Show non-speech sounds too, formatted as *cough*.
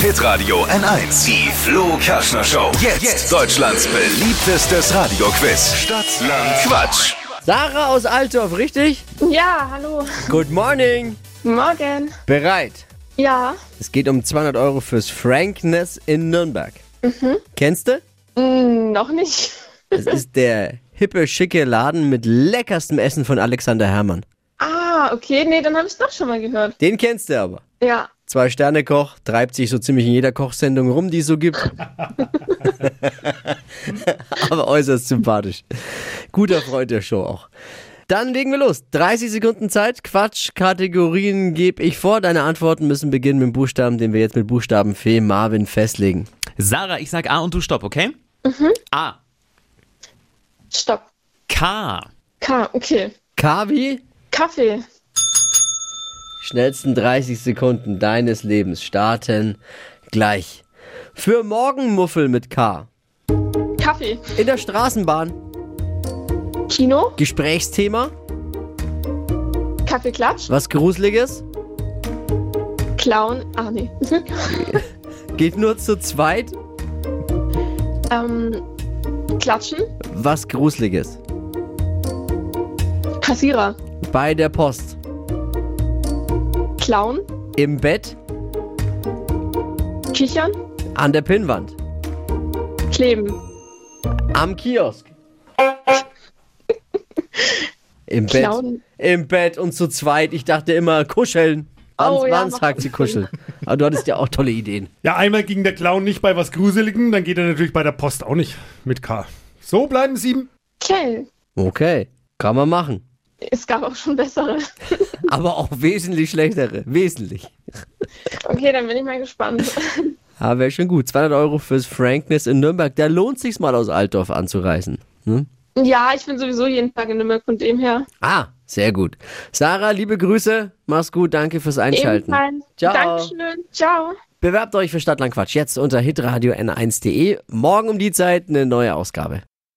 Hitradio N1. Die Flo Kaschner Show. Jetzt, Deutschlands beliebtestes Radioquiz. Stadt, Land, Quatsch. Sarah aus Altdorf, richtig? Ja, hallo. Good morning. Morgen. Bereit. Ja. Es geht um 200 Euro fürs Frankness in Nürnberg. Kennst du? Hm, noch nicht. Das ist der hippe, schicke Laden mit leckerstem Essen von Alexander Herrmann. Ah, okay. Nee, dann habe ich es doch schon mal gehört. Den kennst du aber. Ja. Zwei-Sterne-Koch, treibt sich so ziemlich in jeder Kochsendung rum, die es so gibt. aber äußerst sympathisch. Guter Freund der Show auch. Dann legen wir los. 30 Sekunden Zeit. Quatsch, Kategorien gebe ich vor. Deine Antworten müssen beginnen mit dem Buchstaben, den wir jetzt mit Buchstaben Fee Marvin festlegen. Sarah, ich sag A und du stopp, okay? A. Stopp. K. K, okay. Kavi, Kaffee. schnellsten 30 Sekunden deines Lebens starten gleich. Für Morgenmuffel mit K. Kaffee. In der Straßenbahn. Kino. Gesprächsthema. Kaffeeklatsch. Was Gruseliges. Clown. Ah, nee. *laughs* Geht nur zu zweit. ähm, Klatschen. Was Gruseliges. Kassierer. Bei der Post. Clown. Im Bett. Kichern. An der Pinnwand. Kleben. Am Kiosk. Im Bett. Clown. Im Bett und zu zweit. Ich dachte immer kuscheln. Wann, Oh ja, wann macht sagt sie kuscheln? Aber du hattest ja auch tolle Ideen. Ja, einmal ging der Clown nicht bei was Gruseligem, dann geht er natürlich bei der Post auch nicht mit K. So bleiben sieben. Kell. Okay, kann man machen. Es gab auch schon bessere. Aber auch wesentlich schlechtere. Wesentlich. Okay, dann bin ich mal gespannt. *laughs* Aber wäre schon gut. 200 Euro fürs Frankness in Nürnberg. Da lohnt sich's mal aus Altdorf anzureisen. Hm? ja, ich bin sowieso jeden Tag in Nürnberg von dem her. Ah, sehr gut. Sarah, liebe Grüße. Mach's gut. Danke fürs Einschalten. Ebenfalls. Ciao. Dankeschön. Ciao. Bewerbt euch für Stadtlandquatsch jetzt unter hitradio n1.de. Morgen um die Zeit eine neue Ausgabe.